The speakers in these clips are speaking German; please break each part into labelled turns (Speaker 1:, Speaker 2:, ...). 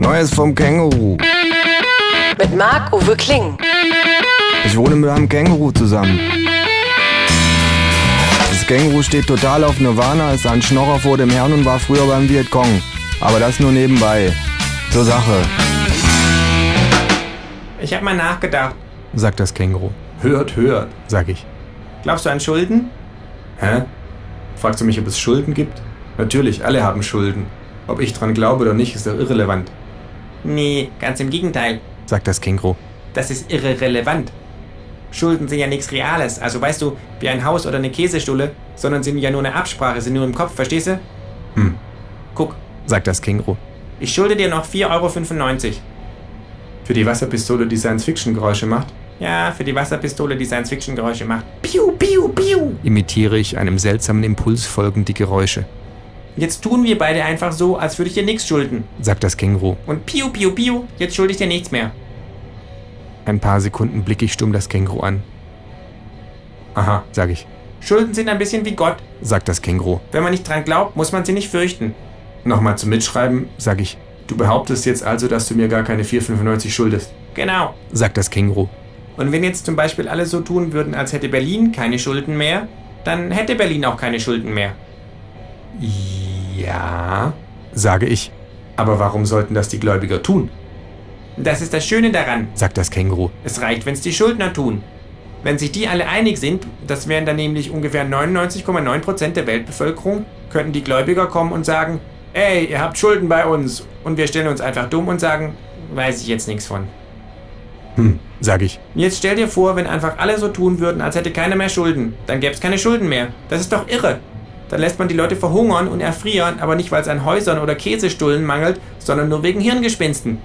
Speaker 1: Neues vom Känguru.
Speaker 2: Mit Marc-Uwe Kling.
Speaker 1: Ich wohne mit einem Känguru zusammen. Das Känguru steht total auf Nirvana, ist ein Schnorrer vor dem Herrn und war früher beim Vietcong. Aber das nur nebenbei. Zur Sache,
Speaker 3: Ich habe mal nachgedacht.
Speaker 4: sagt das Känguru,
Speaker 3: Hört, hört.
Speaker 4: sag ich.
Speaker 3: Glaubst du an Schulden? Hä? Fragst du mich, ob es Schulden gibt? Natürlich, alle haben Schulden. Ob ich dran glaube oder nicht, ist doch irrelevant. Nee, ganz im Gegenteil.
Speaker 4: sagt das Känguru,
Speaker 3: Das ist irrelevant. Schulden sind ja nichts Reales, also weißt du, wie ein Haus oder eine Käsestulle, sondern sind ja nur eine Absprache, sind nur im Kopf, verstehst du? Hm. Guck,
Speaker 4: sagt das Känguru,
Speaker 3: ich schulde dir noch 4,95 Euro. Für die Wasserpistole, die Science-Fiction-Geräusche macht? Ja, für die Wasserpistole, die Science-Fiction-Geräusche macht. Piu, piu, piu.
Speaker 4: imitiere ich einem seltsamen Impuls folgend die Geräusche,
Speaker 3: Jetzt tun wir beide einfach so, als würde ich dir nichts schulden.
Speaker 4: sagt das Känguru.
Speaker 3: Und piu, piu, piu, jetzt schulde ich dir nichts mehr.
Speaker 4: Ein paar Sekunden blicke ich stumm das Känguru an,
Speaker 3: Aha.
Speaker 4: sag ich,
Speaker 3: Schulden sind ein bisschen wie Gott.
Speaker 4: sagt das Känguru,
Speaker 3: Wenn man nicht dran glaubt, muss man sie nicht fürchten. Nochmal zum Mitschreiben.
Speaker 4: sag ich,
Speaker 3: Du behauptest jetzt also, dass du mir gar keine 4,95 schuldest. Genau.
Speaker 4: sagt das Känguru,
Speaker 3: Und wenn jetzt zum Beispiel alle so tun würden, als hätte Berlin keine Schulden mehr, dann hätte Berlin auch keine Schulden mehr. Ja.
Speaker 4: sage ich,
Speaker 3: Aber warum sollten das die Gläubiger tun? Das ist das Schöne daran.
Speaker 4: sagt das Känguru,
Speaker 3: Es reicht, wenn es die Schuldner tun. Wenn sich die alle einig sind, das wären dann nämlich ungefähr 99,9% der Weltbevölkerung, könnten die Gläubiger kommen und sagen, ey, ihr habt Schulden bei uns. Und wir stellen uns einfach dumm und sagen, weiß ich jetzt nichts von.
Speaker 4: Hm, sag ich,
Speaker 3: Jetzt stell dir vor, wenn einfach alle so tun würden, als hätte keiner mehr Schulden. Dann gäbe es keine Schulden mehr. Das ist doch irre. Dann lässt man die Leute verhungern und erfrieren, aber nicht, weil es an Häusern oder Käsestullen mangelt, sondern nur wegen Hirngespinsten.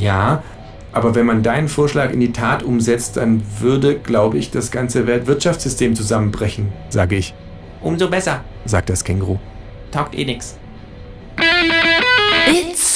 Speaker 3: Ja, aber wenn man deinen Vorschlag in die Tat umsetzt, dann würde, glaube ich, das ganze Weltwirtschaftssystem zusammenbrechen.
Speaker 4: sage ich,
Speaker 3: Umso besser.
Speaker 4: sagt das Känguru.
Speaker 3: Taugt eh nix.
Speaker 5: It's